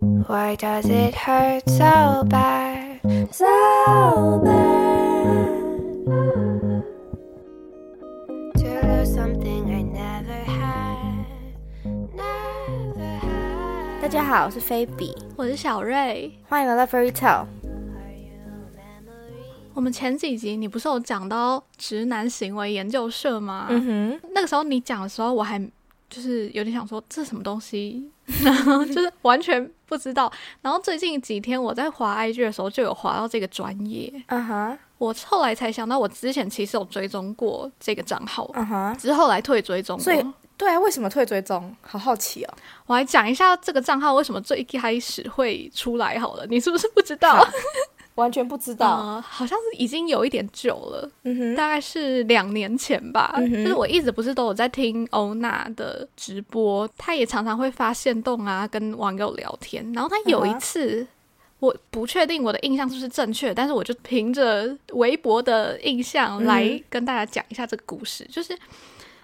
Why does it hurt so bad? So bad. To lose something I never had. Never 大 had. 家好，我是菲比，我是小瑞。欢迎来到 Fairy Are Tale。you a memory? 我们前几集你不是有讲到直男行为研究社吗？嗯那个时候你讲的时候，我还就是有点想说这是什么东西， 然后就是完全不知道。然后最近几天我在滑 IG 的时候，就有滑到这个专业，哼，嗯哼，我后来才想到，我之前其实有追踪过这个账号，嗯哼。只是后来退追踪过。所以对啊，为什么退追踪？好好奇哦。我来讲一下这个账号为什么最一开始会出来好了，你是不是不知道？完全不知道。 呃，好像是已经有一点久了。嗯哼，大概是两年前吧，嗯哼就是我一直不是都有在听欧娜的直播，她也常常会发现动啊，跟网友聊天。然后她有一嗯哼次我不确定我的印象是不是正确，但是我就凭着微博的印象来嗯跟大家讲一下这个故事。就是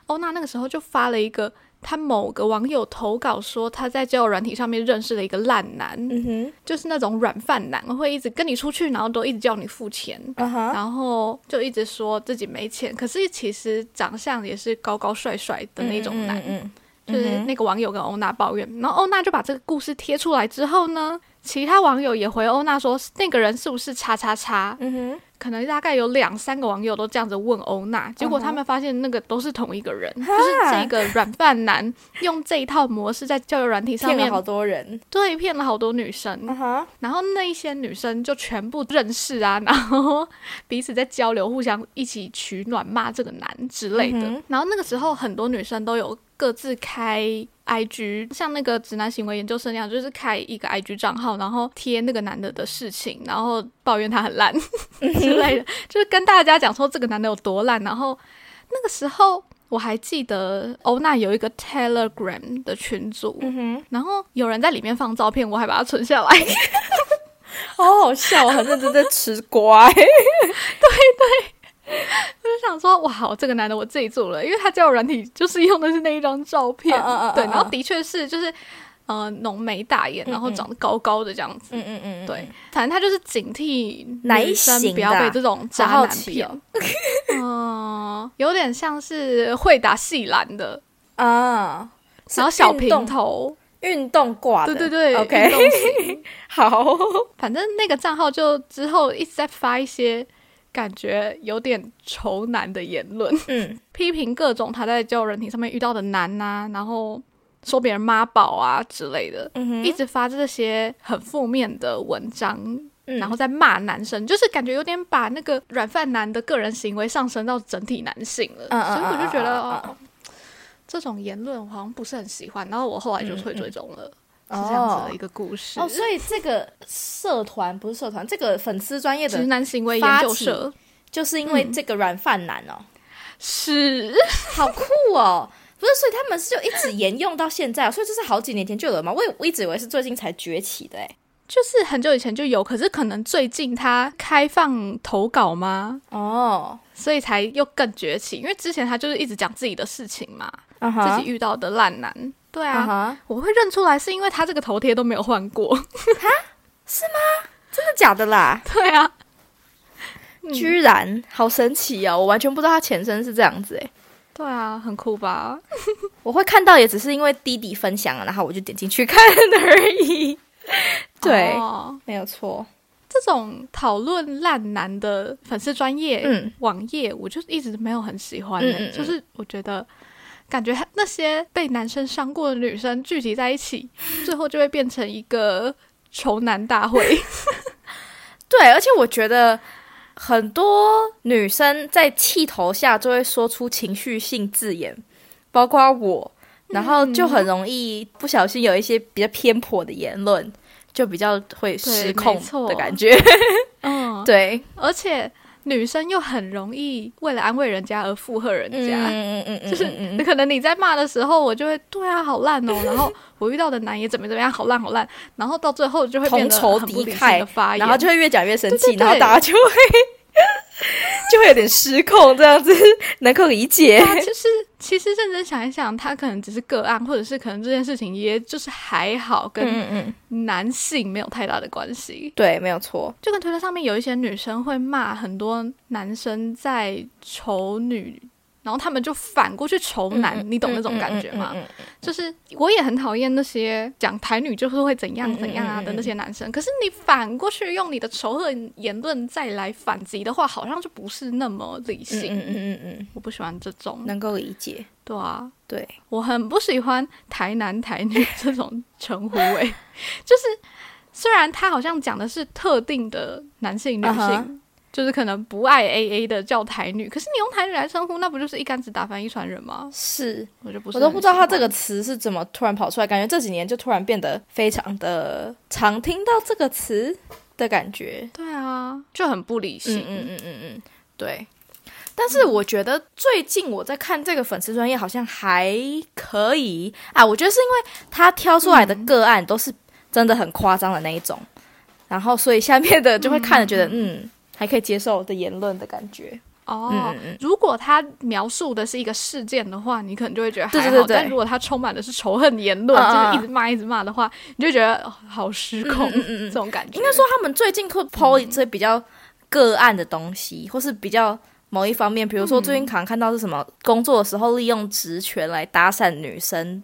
欧娜那个时候就发了一个，她某个网友投稿说她在交友软体上面认识了一个烂男，嗯哼，就是那种软饭男，会一直跟你出去，然后都一直叫你付钱。嗯哼，然后就一直说自己没钱，可是其实长相也是高高帅帅的那种男，嗯就是那个网友跟欧娜抱怨，然后欧娜就把这个故事贴出来之后呢，其他网友也回欧娜说那个人是不是叉叉叉，嗯哼，可能大概有两三个网友都这样子问欧娜，结果嗯哼他们发现那个都是同一个人，就是这个软饭男用这一套模式在交友软体上骗了面好多人。对骗了好多女生，嗯哼，然后那一些女生就全部认识啊， 然后彼此在交流，互相一起取暖骂这个男之类的。嗯哼然后那个时候很多女生都有各自开 IG，像那个直男行为研究生那样，就是开一个 IG 账号，然后贴那个男的的事情，然后抱怨他很烂嗯 之类的，就是跟大家讲说这个男的有多烂。然后那个时候我还记得欧娜有一个 Telegram 的群组，嗯哼，然后有人在里面放照片，我还把它存下来。好好笑，我很认真在吃瓜。欸就想说，哇，我这个男的我自己做了，因为他交友软体就是用的是那一张照片，嗯嗯嗯嗯对，嗯然后的确是就是，呃，浓眉大眼，然后长得高高的这样子， 嗯嗯嗯，对，反正他就是警惕哪一女生型不的要啊被这种渣好好男奇骗哦， 嗯、有点像是会打细篮的，啊，是然后小运平动头，运动挂的。对对对运动，OK，型 好。反正那个账号就之后一直在发一些感觉有点仇男的言论。嗯批评各种他在交友软体上面遇到的难呐、然后说别人妈宝啊之类的，嗯哼一直发这些很负面的文章，嗯然后再骂男生，就是感觉有点把那个软饭男的个人行为上升到整体男性了，嗯嗯所以我就觉得、嗯嗯嗯嗯哦，这种言论我好像不是很喜欢，然后我后来就退追踪了。嗯嗯是这样子的一个故事哦，所以这个社团不是社团，这个粉丝专业的直男行为研究社就是因为这个软饭男哦，是 好酷哦！不是，所以他们是就一直沿用到现在哦，所以这是好几年前就有了嘛？我以我一直以为是最近才崛起的哎。就是很久以前就有，可是可能最近他开放投稿吗？哦，所以才又更崛起。因为之前他就是一直讲自己的事情嘛，啊自己遇到的烂男。对啊啊哈，我会认出来是因为他这个头贴都没有换过。 真的假的啦？对啊，居然好神奇哦！我完全不知道他前身是这样子哎。对啊，很酷吧？我会看到也只是因为弟弟分享了，然后我就点进去看而已。对，哦哦没有错。这种讨论烂男的粉丝专业、嗯网页，我就一直没有很喜欢、嗯欸嗯嗯就是我觉得。感觉那些被男生伤过的女生聚集在一起，最后就会变成一个仇男 大会。对，而且我觉得很多女生在气头下就会说出情绪性字眼，包括我，然后嗯就很容易不小心有一些比较偏颇的言论，就比较会失控没错的感觉。 嗯， 对，而且女生又很容易为了安慰人家而附和人家。 嗯嗯嗯，啊就是嗯可能你在骂的时候，我就会对啊，好烂哦。然后我遇到的男也怎么怎么样，好烂好烂。然后到最后就会变得同仇很敌不理性忾的发言，然后就会越讲越生气，对对对然后大家就会就会有点失控，这样子能够理解。对啊，就是 其实认真想一想，他可能只是个案，或者是可能这件事情也就是还好，跟嗯嗯，男性没有太大的关系。对，没有错。就跟推特上面有一些女生会骂很多男生在丑女，然后他们就反过去丑男，嗯你懂那种感觉吗？？就是我也很讨厌那些讲台女就是会怎样怎样嗯嗯啊嗯嗯的那些男生，可是你反过去用你的仇恨言论再来反击的话，好像就不是那么理嗯嗯性。嗯嗯嗯我不喜欢这种嗯，，能够理解。对啊，对，我很不喜欢台男台女这种称呼、欸， 就是虽然他好像讲的是特定的男性女性。啊哈就是可能不爱 A A 的叫台女，可是你用台女来称呼，那不就是一竿子打翻一船人吗？是我就不是我都很不知道喜他这欢个词是怎么突然跑出来，感觉这几年就突然变得非常的常听到这个词的感觉。对啊，就很不理性。嗯嗯嗯嗯嗯，对。但是我觉得最近我在看这个粉丝专业好像还可以啊，我觉得是因为他挑出来的个案都是真的很夸张的那一种，然后所以下面的就会看着觉得嗯还可以接受的言论的感觉。哦，嗯嗯嗯如果他描述的是一个事件的话，你可能就会觉得还对好。对对对但如果他充满的是仇恨言论，嗯嗯嗯就是一直骂一直骂的话，你就觉得、哦好失控，嗯嗯嗯这种感觉。应该说他们最近会抛一些比较个案的东西，或是比较某一方面，比如说最近常看到是什么工作的时候利用职权来搭讪女生，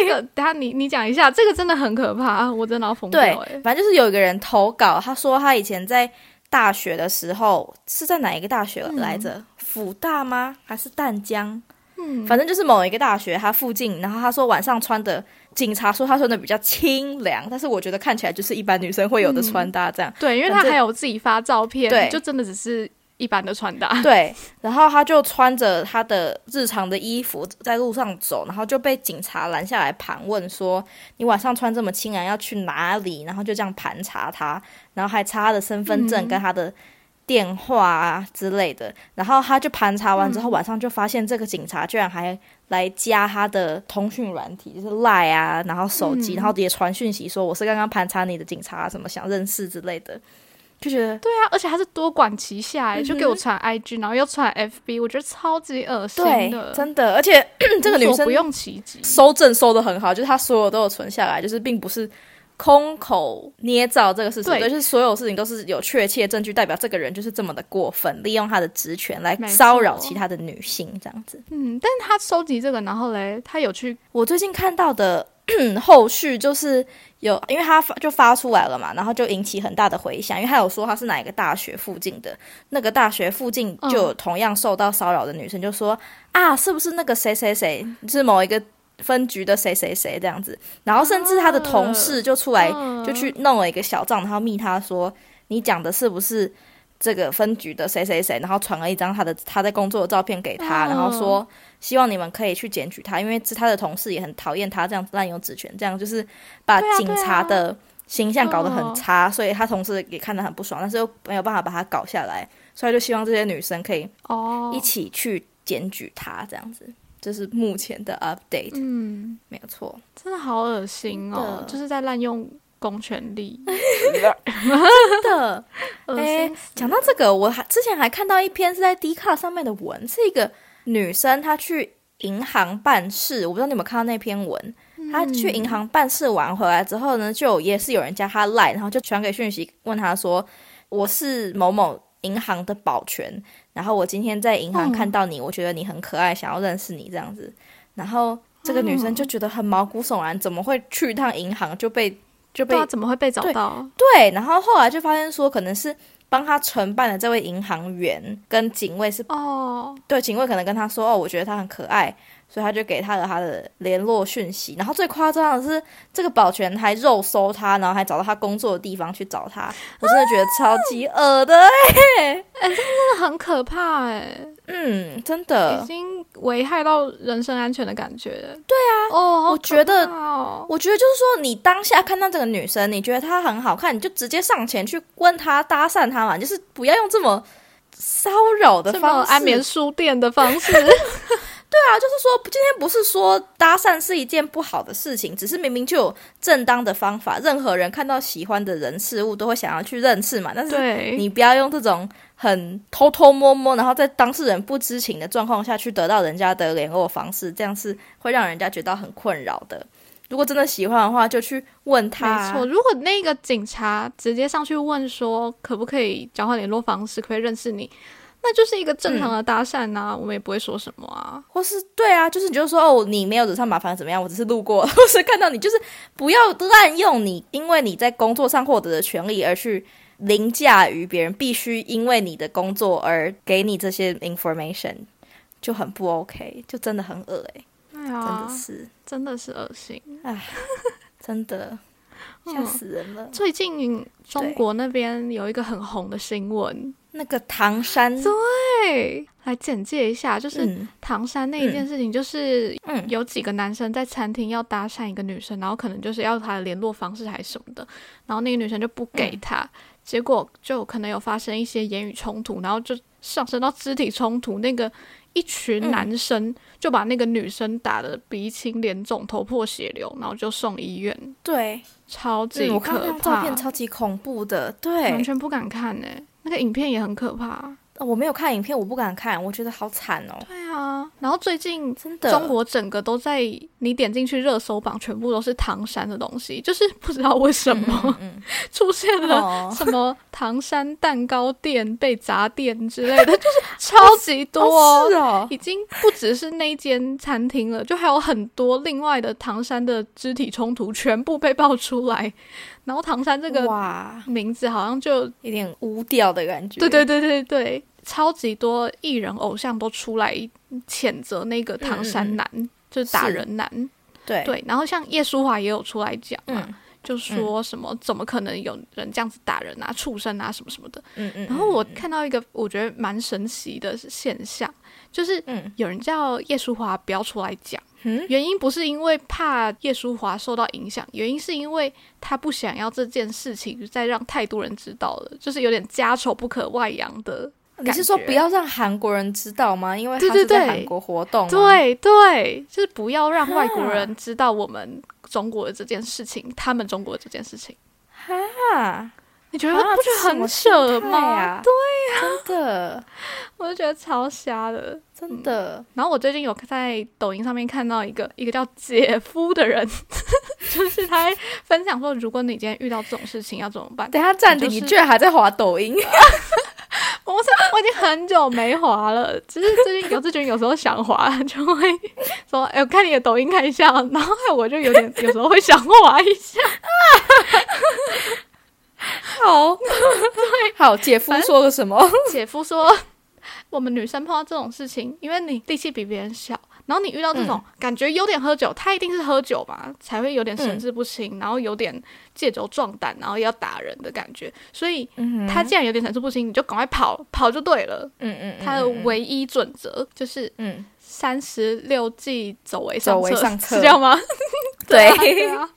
这个，等下你你讲一下，这个真的很可怕，啊我真的要疯掉、对欸。，反正就是有一个人投稿，他说他以前在大学的时候是在哪一个大学来着？辅大吗？还是淡江？嗯，反正就是某一个大学，它附近。然后他说晚上穿的，警察说他穿的比较清凉，但是我觉得看起来就是一般女生会有的穿搭这样。对，因为他反正还有自己发照片，对就真的只是一般的穿 搭。对，啊然后他就穿着他的日常的衣服在路上走，然后就被警察拦下来盘问说：“你晚上穿这么清凉要去哪里？”然后就这样盘查他，然后还查他的身份证跟他的电话啊嗯之类的。然后他就盘查完之后，晚上就发现这个警察居然还来加他的通讯软体，就是 Line 啊，然后手机，嗯然后也传讯息说：“我是刚刚盘查你的警察，什么想认识之类的。”就觉得对啊，而且他是多管齐下、嗯欸，就给我传 IG，然后又传 FB，我觉得超级恶心对的，。真的，而且这个女无所生不用其极，收证收的很好，就是他所有都有存下来，就是并不是空口捏造这个事情，对对就是所有事情都是有确切证据，代表这个人就是这么的过分，利用他的职权来没错骚扰其他的女性这样子。嗯，但是他收集这个，然后嘞，他有去我最近看到的 后续就是有，因为他发就发出来了嘛，然后就引起很大的回响，因为他有说他是哪一个大学附近的，那个大学附近就有同样受到骚扰的女生，就说、啊，是不是那个谁谁谁，就是某一个分局的谁谁谁这样子，然后甚至他的同事就出来嗯就去弄了一个小账，然后密他说你讲的是不是？这个分局的谁谁谁，然后传了一张他的他在工作的照片给他，嗯然后说希望你们可以去检举他，因为是他的同事也很讨厌他这样子滥用职权，这样就是把对啊警对察啊的形象搞得嗯很差，所以他同事也看得很不爽，但是又没有办法把他搞下来，所以就希望这些女生可以哦一起去检举他，这样子。这是目前的 update，、嗯，没有错。真的好恶心哦，真的就是在滥用公权 力，真的，恶哎心死。讲到这个，我还之前还看到一篇是在 d 卡上面的文，是一个女生她去银行办事，我不知道你有没有看到那篇文，她去银行办事完回来之后呢，就有也是有人加她 line，然后就传给讯息问她说我是某某银行的保全，然后我今天在银行嗯看到你，我觉得你很可爱，想要认识你这样子，然后。这个女生就觉得很毛骨悚然，怎么会去一趟银行就被就被对啊，怎么会被找对到？对，然后后来就发现说，可能是帮他承办的这位银行员跟警卫是哦，对，警卫可能跟他说，哦，我觉得他很可爱，所以他就给他了他的联络讯息。然后最夸张的是，这个保全还肉搜他，然后还找到他工作的地方去找他，我真的觉得超级恶的、欸。真的很可怕哎，嗯，真已的，经危害到人身安全的感觉了。对啊，哦，好我觉得可怕哦我觉得就是说，你当下看到这个女生，你觉得她很好看，你就直接上前去问她搭讪她嘛，就是不要用这么骚扰的这么方式， 安眠书店的方式，啊，就是说今天不是说搭讪是一件不好的事情，只是明明就有正当的方法，任何人看到喜欢的人事物都会想要去认识嘛。但是对，你不要用这种很偷偷摸摸，然后在当事人不知情的状况下去得到人家的联络方式，这样是会让人家觉得很困扰的。如果真的喜欢的话，就去问他啊、没错。如果那个警察直接上去问说可不可以交换联络方式，可不可以认识你，那就是一个正嗯常的搭讪呐、我们也不会说什么啊。或是对啊，就是你就说哦，你没有惹上麻烦怎么样？我只是路过， 或是看到你，就是不要滥用你因为你在工作上获得的权利而去凌驾于别人，必须因为你的工作而给你这些 information，就很不 OK，就真的很恶诶、对真啊的，是，真的是恶心。真的吓嗯死人了。最近中国那边有一个很红的新闻，那个唐山，对，来简介一下，就是嗯唐山那一件事情，就是嗯有几个男生在餐厅要搭讪一个女生，然后可能就是要她的联络方式还是什么的，然后那个女生就不给嗯他，结果就可能有发生一些言语冲突，然后就上升到肢体冲突，那个一群嗯男生就把那个女生打的鼻青脸肿、头破血流，然后就送医院，对，超级嗯我看可到那照怕，片超级恐怖的，完对，哦全不敢看哎、那个影片也很可怕。啊我没有看影片，我不敢看，我觉得好惨哦，对啊，然后最近真的，嗯中国整个都在你点进去热搜榜，全部都是唐山的东西，就是不知道为什嗯么、嗯嗯 出现嗯了哦， 什么唐山蛋糕店被砸店之类的，就是超级多、哦。哦是哦，已经不只是那间餐厅了，就还有很多另外的唐山的肢体冲突全部被爆出来，然后唐山这个哇，名字好像就有点污掉的感觉，对对对对对，超级多艺人偶像都出来谴责那个唐山男，就是打嗯是人男。对对，然后像叶舒华也有出来讲嘛，嗯就说什么怎么可能有人这样子打人啊、畜生啊什么什么的。嗯嗯，然后我看到一个我觉得蛮神奇的现象，就是嗯有人叫叶舒华不要出来讲，嗯原因不是因为怕叶舒华受到影响，原因是因为他不想要这件事情再让太多人知道了，就是有点家丑不可外扬的。你是说感觉不要让韩国人知道吗？因为对他是对在对韩国活动，，啊对对，就是不要让外国哈人知道我们中国的这件事情，他们中国的这件事情。啊，你觉得啊不觉得很扯吗？啊呀，对呀，真的我就觉得超瞎的。真的，然后我最近有在抖音上面看到一个一个叫姐夫的人， 就是他在分享说，如果你今天遇到这种事情要怎么办？等一下暂停，就是你居然还在滑抖音，我是我已经很久没滑了，只是最近有志群有时候想滑，就会说：“哎、我看你的抖音看一下。”然后我就有点有时候会想滑一下。 好，好，姐夫说了什么？姐夫说，我们女生碰到这种事情，因为你力气比别人小，然后你遇到这种、嗯感觉有点喝酒，他一定是喝酒吧，才会有点嗯神志不清，然后有点借酒壮胆，然后要打人的感觉。所以嗯他既然有点神志不清，你就赶快跑，跑就对了。嗯嗯，他的唯一准则就是嗯，三十六计，走为上走为策，上是策这 样吗？对啊 对啊，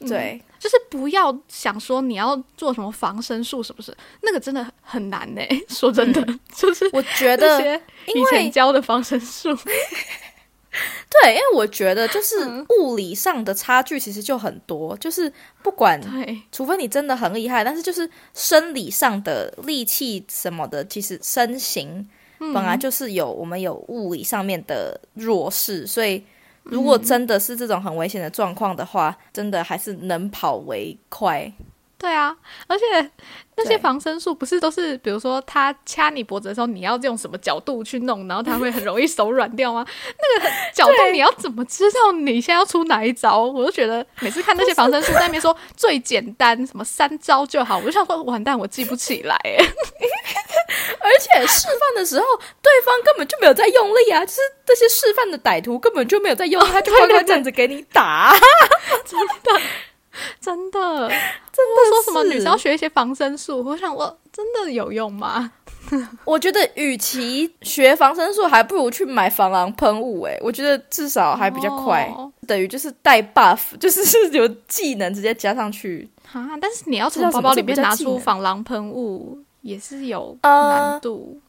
嗯对，就是不要想说你要做什么防身术，是不是？那个真的很难呢、 说真的，嗯就是我觉那得些因以前为教的防身术，对，因为我觉得就是嗯物理上的差距其实就很多，就是不管， 对，除非你真的很厉害，但是就是生理上的力气什么的，其实身形本本来就是有、我们有物理上面的弱势，所以。如果真的是这种很危险的状况的话，真的还是能跑为快。对啊，而且那些对防身术不是都是，比如说他掐你脖子的时候，你要用什么角度去弄，然后他会很容易手软掉吗？ 那个角度你要怎么知道你现在要出哪一招？我就觉得每次看那些防身术在那 边说最简单，什么三招就好，我就想说完蛋，我记不起来 哎。而且示范的时候，对方根本就没有在用力啊，就是这些示范的歹徒根本就没有在用力，他就乖乖站着给你打。真真的，的说什么是女生要学一些防身术，我想我真的有用吗？我觉得与其学防身术，还不如去买防狼喷雾。哎，我觉得至少还比较快，哦等于就是带 buff，就是 是有技能直接加上去。啊！但是你要这从叫什包么包这里不面叫拿技出能防狼喷雾，也是有呃难度。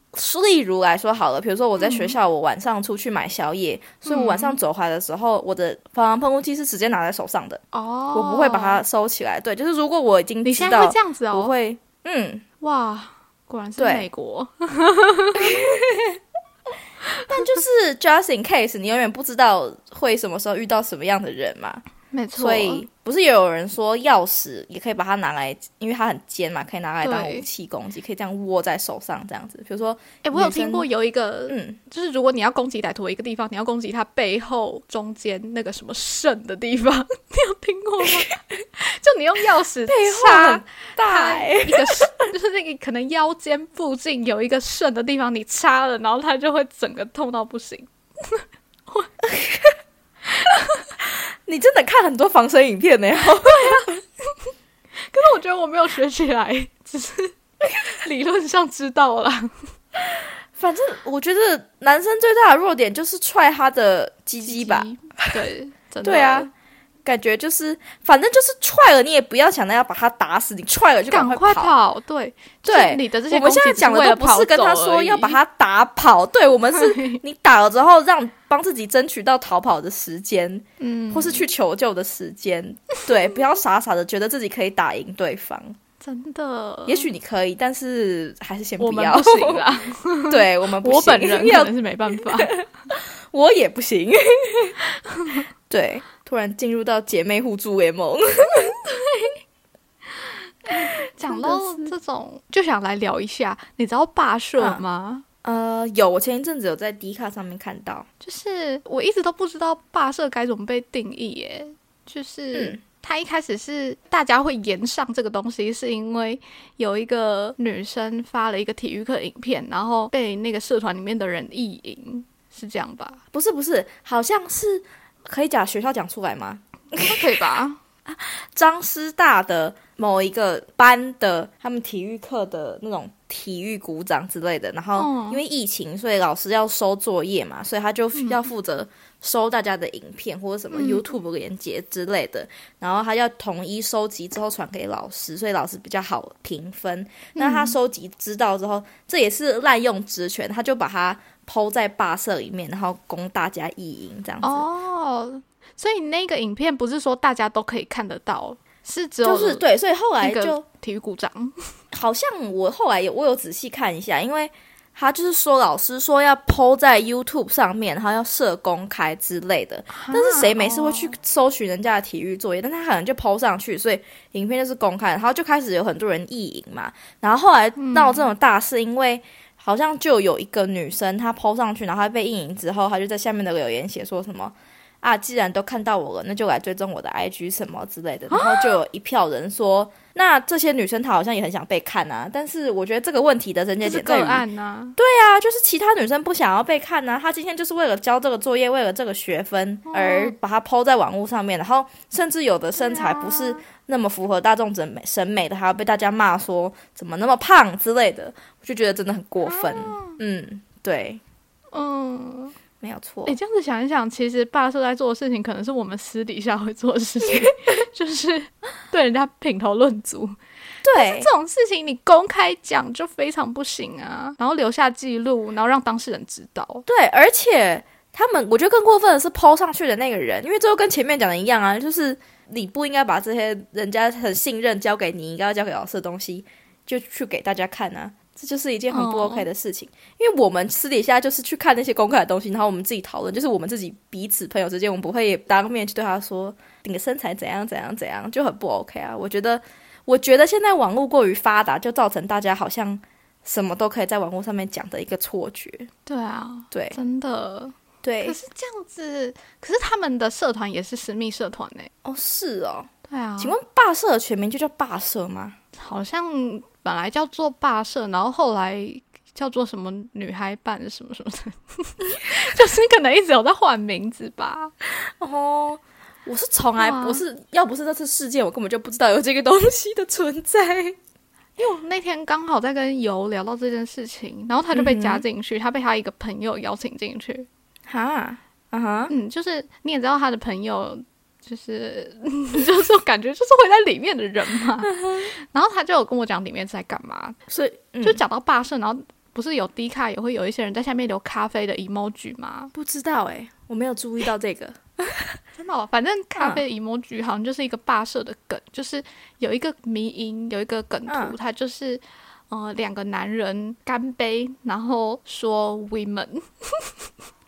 例如来说好了，比如说我在学校，我晚上出去买宵夜，所以我晚上走回来的时候，我的防狼喷雾剂是直接拿在手上的，哦，我不会把它收起来。对，就是如果我已经你知现在道会这，样子我哦？会，嗯，哇，果然是对美国。但就是 just in case，你永远不知道会什么时候遇到什么样的人嘛，没错，所以不是也有人说钥匙也可以把它拿来，因为它很尖嘛，可以拿来当对武器攻击，可以这样握在手上这样子。比如说，哎、我有女生听过有一个，嗯，就是如果你要攻击歹徒的一个地方，你要攻击他背后中间那个什么肾的地方， 你有听过吗？ 就你用钥匙插插很大他欸、一个肾， 就是那个可能腰间附近有一个肾的地方，你插了，然后他就会整个痛到不行。你真的看很多防身影片呢、哦可是我觉得我没有学起来， 只是理论上知道啦。 反正我觉得男生最大的弱点就是踹他的鸡鸡吧，，对，真的对啊，感觉就是反正就是踹了，你也不要想着要把他打死，你踹了就赶快快。跑，对，就是对你的这些我们攻击现在只讲的为了都不是跟他跑走说而要把已他打跑， 对我们是对你打了之后让帮自己争取到逃跑的时间，嗯，或是去求救的时间，对， 不要傻傻的觉得自己可以打赢对方，真的，也许你可以，但是还是先我们要，不行 啦， 对我们不我行本人要可能是没办法。我也不行。 对，突然进入到姐妹互助联盟， 讲到这种，就想来聊一下，你知道霸社吗？ 呃，有我前一阵子有在 D 卡上面看到，就是我一直都不知道霸社该怎么被定义耶，就是。嗯他一开始是大家会延上这个东西，是因为有一个女生发了一个体育课影片，然后被那个社团里面的人意淫，是这样吧？不是不是，好像是可以讲学校讲出来吗？那可以 吧？张师大的某一个班的他们体育课的那种体育鼓掌之类的，然后嗯因为疫情，所以老师要收作业嘛，所以他就要负责收大家的影片或者什么嗯 YouTube 连接之类的，然后他要统一收集之后传给老师，所以老师比较好评分。那他收集知道之后，这也是滥用职权，他就把它抛在霸社里面，然后供大家意淫这样子。哦，所以那个影片不是说大家都可以看得到，是只有就是对，所以后来那就、个体育股长，好像我后来有我有仔细看一下，因为他就是说老师说要 PO 在 YouTube 上面，然后要设公开之类的，但是谁没事哦会啊去搜寻人家的体育作业？但他可能就 PO 上去，所以影片就是公开的，然后就开始有很多人意淫嘛。然后后来嗯闹这种大事，因为好像就有一个女生她 PO 上去，然后她被意淫之后，她就在下面的留言写说什么。啊，既然都看到我了，那就来追踪我的 IG 什么之类的。然后就有一票人说，那这些女生她好像也很想被看啊。但是我觉得这个问题的症这结是点在于个，案呐、啊，就是其他女生不想要被看呢、她今天就是为了交这个作业，为了这个学分而把它抛在网络上面，然后甚至有的身材不是啊那么符合大众审美审美的，还要被大家骂说怎么那么胖之类的，我就觉得真的很过分。嗯，对，嗯，没有错你、。这样子想一想，其实霸社在做的事情，可能是我们私底下会做的事 情，就是对人家品头论足。对这，种事情你公开讲就非常不行啊，然后留下记录，然后让当事人知道。对，而且他们，我觉得更过分的是抛上去的那个人，因为这就跟前面讲的一样啊，就是你不应该把这些人家很信任交给你，应该要交给老师的东西，就去给大家看啊。这就是一件很不哦 OK 的事情因为我们私底下就是去看那些公开的东西，然后我们自己讨论，就是我们自己彼此朋友之间，我们不会当面去对他说你的身材怎样怎样怎样，就很不 OK 啊。我觉得，我觉得现在网络过于发达，就造成大家好像什么都可以在网络上面讲的一个错觉。对啊，对真的。对，可是这样子，可是他们的社团也是私密社团呢、哦，是哦。对啊，请问霸社的全名就叫霸社吗？好像本来叫做霸社，然后后来叫做什么女孩版什么什么的， 就是可能一直有在换名字吧。哦，我是从来哇我是要不是这次事件，我根本就不知道有这个东西的存在。因为我那天刚好在跟游聊到这件事情，然后他就被加进去，他被他一个朋友邀请进去。哈，啊哈，嗯，就是你也知道他的朋友。就是 就是我感觉就是会在里面的人嘛，然后他就有跟我讲里面在干嘛，所以、嗯就讲到霸社，然后不不是有低卡也会有一些人在下面留咖啡的 emoji 吗？不知道哎、我没有注意到这个。真的、哦，反正嗯咖啡 emoji 好像就是一个霸社的梗，就是有一个迷音，有一个梗图，嗯它就是呃两个男人干杯，然后说 women，就是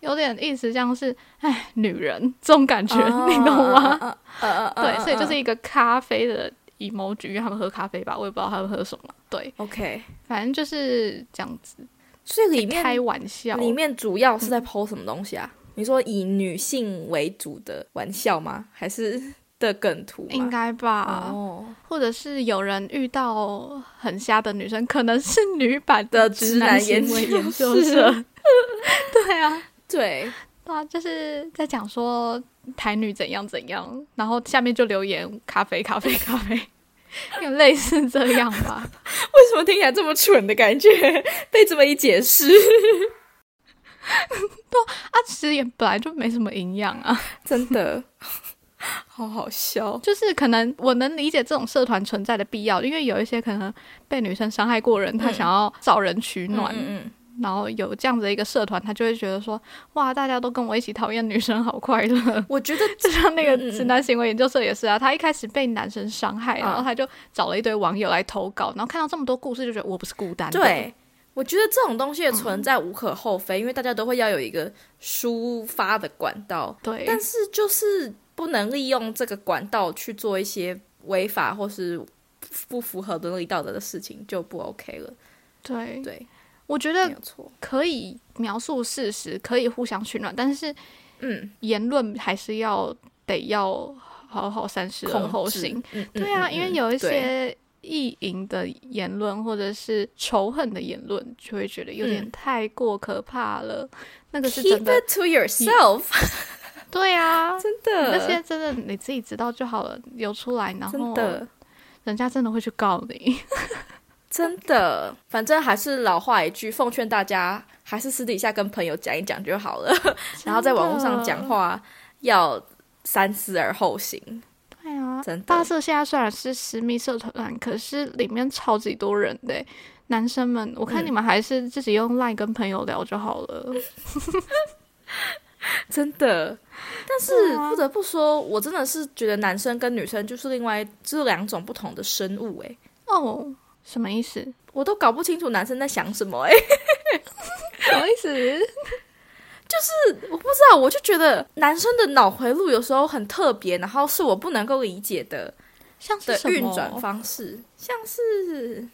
有点意思，像是哎女人这种感觉， 你懂吗？嗯？嗯嗯嗯嗯对，所以就是一个咖啡的 emoji，因为他们喝咖啡吧，我也不知道他们喝什么。对， OK。反正就是这样子，所以里面开玩笑。里面主要是在 PO 什么东西啊？你说以女性为主的玩笑吗？还是的梗图吗？应该吧，哦或者是有人遇到很瞎的女生，可能是女版的直直男行研为究研究室社。 对啊，对，对啊，就是在讲说台女怎样怎样，然后下面就留言咖啡咖啡咖啡， 有类似这样吧。为什么听起来这么蠢的感觉？ 被这么一解释，啊，其实也本来就没什么营养啊。 真的 好好笑。就是可能我能理解这种社团存在的必要，因为有一些可能被女生伤害过的人，他想要找人取暖，嗯嗯然后有这样子的一个社团，他就会觉得说，哇，大家都跟我一起讨厌女生，好快乐。 我觉得 就像那个嗯嗯嗯啊直男行为研究社也是啊，他一开始被男生伤害，然后他就找了一堆网友来投稿，然后看到这么多故事，就觉得我不是孤单的。对，我觉得这种东西的存在无可厚非，因为大家都会要有一个抒发的管道，对，但是就是不能利用这个管道去做一些违法或是不符合伦理道德的事情，就不 OK 了。对，对，我觉没得有错。可以描述事实，可以互相取暖，但是嗯，言论还是要得要好好三思而控后制行。。嗯，对啊，嗯因为有嗯一。嗯些意淫的言论或者是仇恨的言论，就会觉得有点嗯太过可怕了。那个对 是 Keep 真的， it to yourself，对啊， 真的，那些真的你自己知道就好了，流出来，然真后的人家真的会去告你。 真的，反正还是老话一句，奉劝大家还是私底下跟朋友讲一讲就好了， 然后在网络上讲话要三思而后行，对啊，真的大。社现在虽然是私密社团，可是里面超级多人的欸、男生们，我看嗯你们还是自己用 LINE 跟朋友聊就好了。真的。但对是啊不得不说，我真的是觉得男生跟女生就是另外这两种不同的生物、诶，哦，什么意思？我都搞不清楚男生在想什 么、诶，欸什么意思？我不知道，我就觉得男生的脑回路有时候很特别，然后是我不能够理解的像是的什么运转方式，像是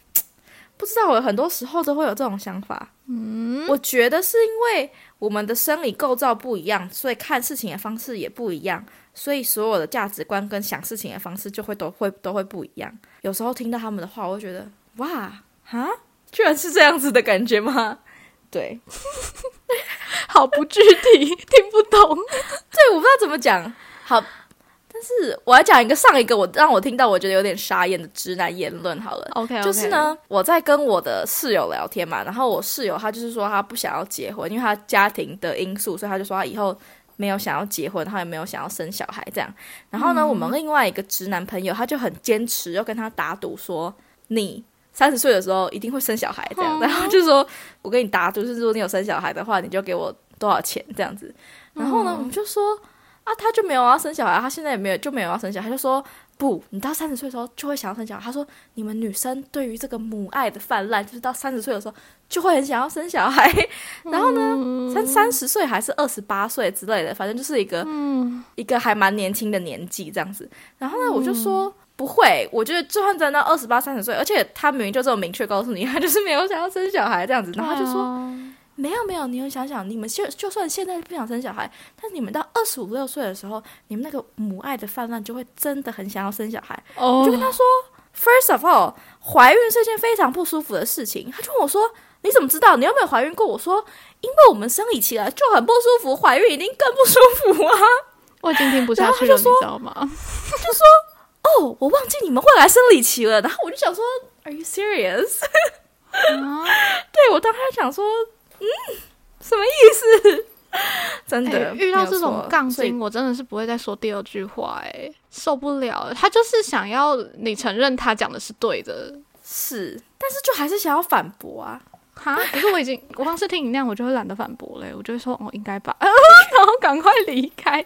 不知道，我很多时候都会有这种想法。嗯，我觉得是因为我们的生理构造不一样，所以看事情的方式也不一样，所以所有的价值观跟想事情的方式就会都会都会不一样。有时候听到他们的话，我会觉得哇哈，居然是这样子的感觉吗？对，好不具体， 听不懂。对，我不知道怎么讲好，但是我要讲一个上一个我让我听到我觉得有点傻眼的直男言论好了。 OK，就是，呢，我在跟我的室友聊天嘛，然后我室友他就是说他不想要结婚，因为他家庭的因素，所以他就说他啊以后没有想要结婚，然后也没有想要生小孩这样。然后呢，我们另外一个直男朋友他就很坚持，要跟他打赌说你。三十岁的时候一定会生小孩，这样，然后就说，我跟你打赌，就是如果你有生小孩的话，你就给我多少钱这样子。然后呢，我们就说，啊，他就没有要生小孩，他现在也没有就没有要生小孩，他就说，不，你到三十岁的时候就会想要生小孩。他说，你们女生对于这个母爱的泛滥，就是到三十岁的时候就会很想要生小孩，然后呢，三三十岁还是二十八岁之类的，反正就是一个、嗯，一个还蛮年轻的年纪这样子。然后呢，我就说。不会，我觉得就算真的二十八、三十岁，而且他明明就这么明确告诉你，他就是没有想要生小孩这样子，然后他就说、没有没有，你有想想，你们就就算现在不想生小孩，但你们到二十五六岁的时候，你们那个母爱的泛滥就会真的很想要生小孩。哦，我就跟他说，First of all，怀孕是一件非常不舒服的事情。他就问我说，你怎么知道？你有没有怀孕过？我说，因为我们生理期来就很不舒服，怀孕一定更不舒服啊。我已经听不下然后去他就了，你说知道 吗？哦，我忘记你们会来生理期了。然后我就想说，Are you serious？ 啊对我当时还想说，嗯，什么意思？真的、哎遇到没有这种错杠所以精，我真的是不会再说第二句话、哎，受不了。他就是想要你承认他讲的是对的，是，但是就还是想要反驳啊。哈， 可是我已经，我光是听你那样，我就会懒得反驳嘞，我就会说哦，应该吧， 然后赶快离开，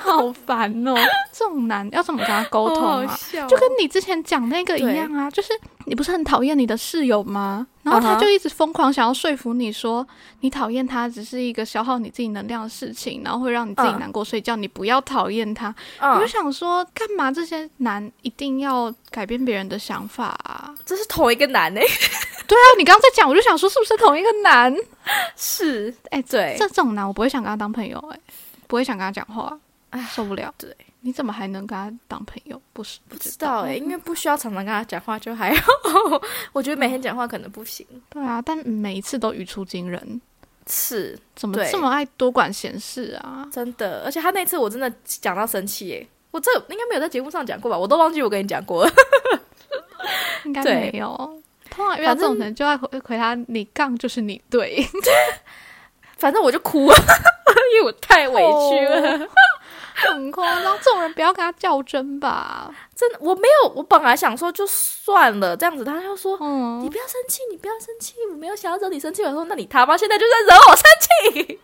好烦哦。这种男要怎么跟他沟通好啊？笑哦，就跟你之前讲那个一样啊，就是你不是很讨厌你的室友吗？然后他嗯哼就一直疯狂想要说服你说，你讨厌他只是一个消耗你自己能量的事情，然后会让你自己嗯难过睡觉，你不要讨厌他。我就嗯，想说，干嘛这些男一定要改变别人的想法啊？这是同一个 男诶、对啊，你刚刚在讲，我就想说是不是同一个男？是哎、对这种男我不会想跟他当朋友、哎，不会想跟他讲话，哎受不了。对，你怎么还能跟他当朋友？不是不不知道。道哎欸诶、因为不需要常常跟他讲话就还好， 我觉得每天讲话可能不行。对啊，但每一次都语出惊人，是怎么对这么爱多管闲事啊？ 真的，而且他那次我真的讲到生气诶、我这应该没有在节目上讲过吧？我都忘记我跟你讲过了。 应该对没有。通常遇到这种人，就要回回答你杠就是你对，反正我就哭了， 因为我太委屈了。 哦很夸张。这种人不要跟他较真 吧。真的，我没有，我本来想说就算了这样子，他就说、你嗯，不要生气，你不要生气，我没有想要惹你生气。我说那你他妈现在就在惹我生气，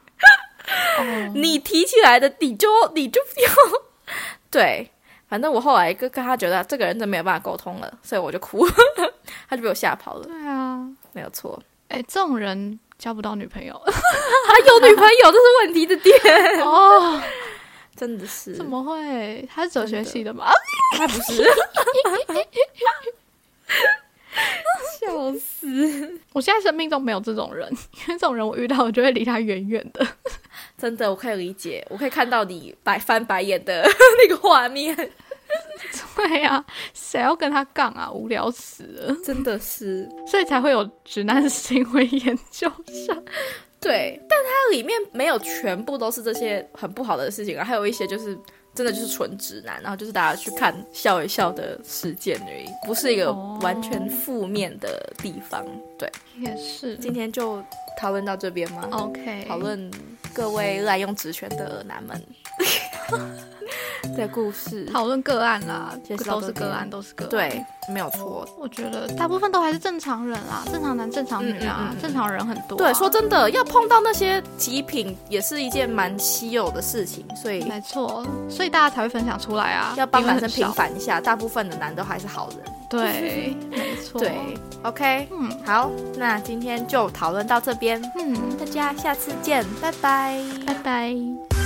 你提起来的，你就你就不要。 对，反正我后来跟跟他觉得这个人真没有办法沟通了， 所以我就哭，他就被我吓跑了，对啊，没有错。 哎、这种人交不到女朋友 他有女朋友，这是问题的点， 哦？真的是怎么会？他是哲学系的吗？他不是，笑死！ 我现在生命中没有这种人， 因为这种人我遇到，我就会离他远远的。 真的，我可以理解，我可以看到你白翻白眼的 那个画面，对啊，谁要跟他杠啊？无聊死了，真的是所以才会有直男行为研究社。对。但它里面没有全部都是这些很不好的事情，啊然后还有一些就是真的就是纯直男，然后就是大家去看笑一笑的事件而已，不是一个哦完全负面的地方。对，也是今天就讨论到这边吗？ ，OK，哦讨论各位滥用职权的男们 的故事。讨论个案啦，谢谢都老是师个案，都是个案。对，没有错。我觉得大部分都还是正常人啦，正常男、正常女啊，嗯嗯嗯嗯正常人很多啊、对，说真的，要碰到那些极品也是一件蛮稀有的事情，所以没错，所以大家才会分享出来啊，要帮因为男很生平少。反一下。大部分的男都还是好人。对，没错。对，，OK，哦嗯好，那今天就讨论到这边，嗯，大家下次见，拜拜拜拜。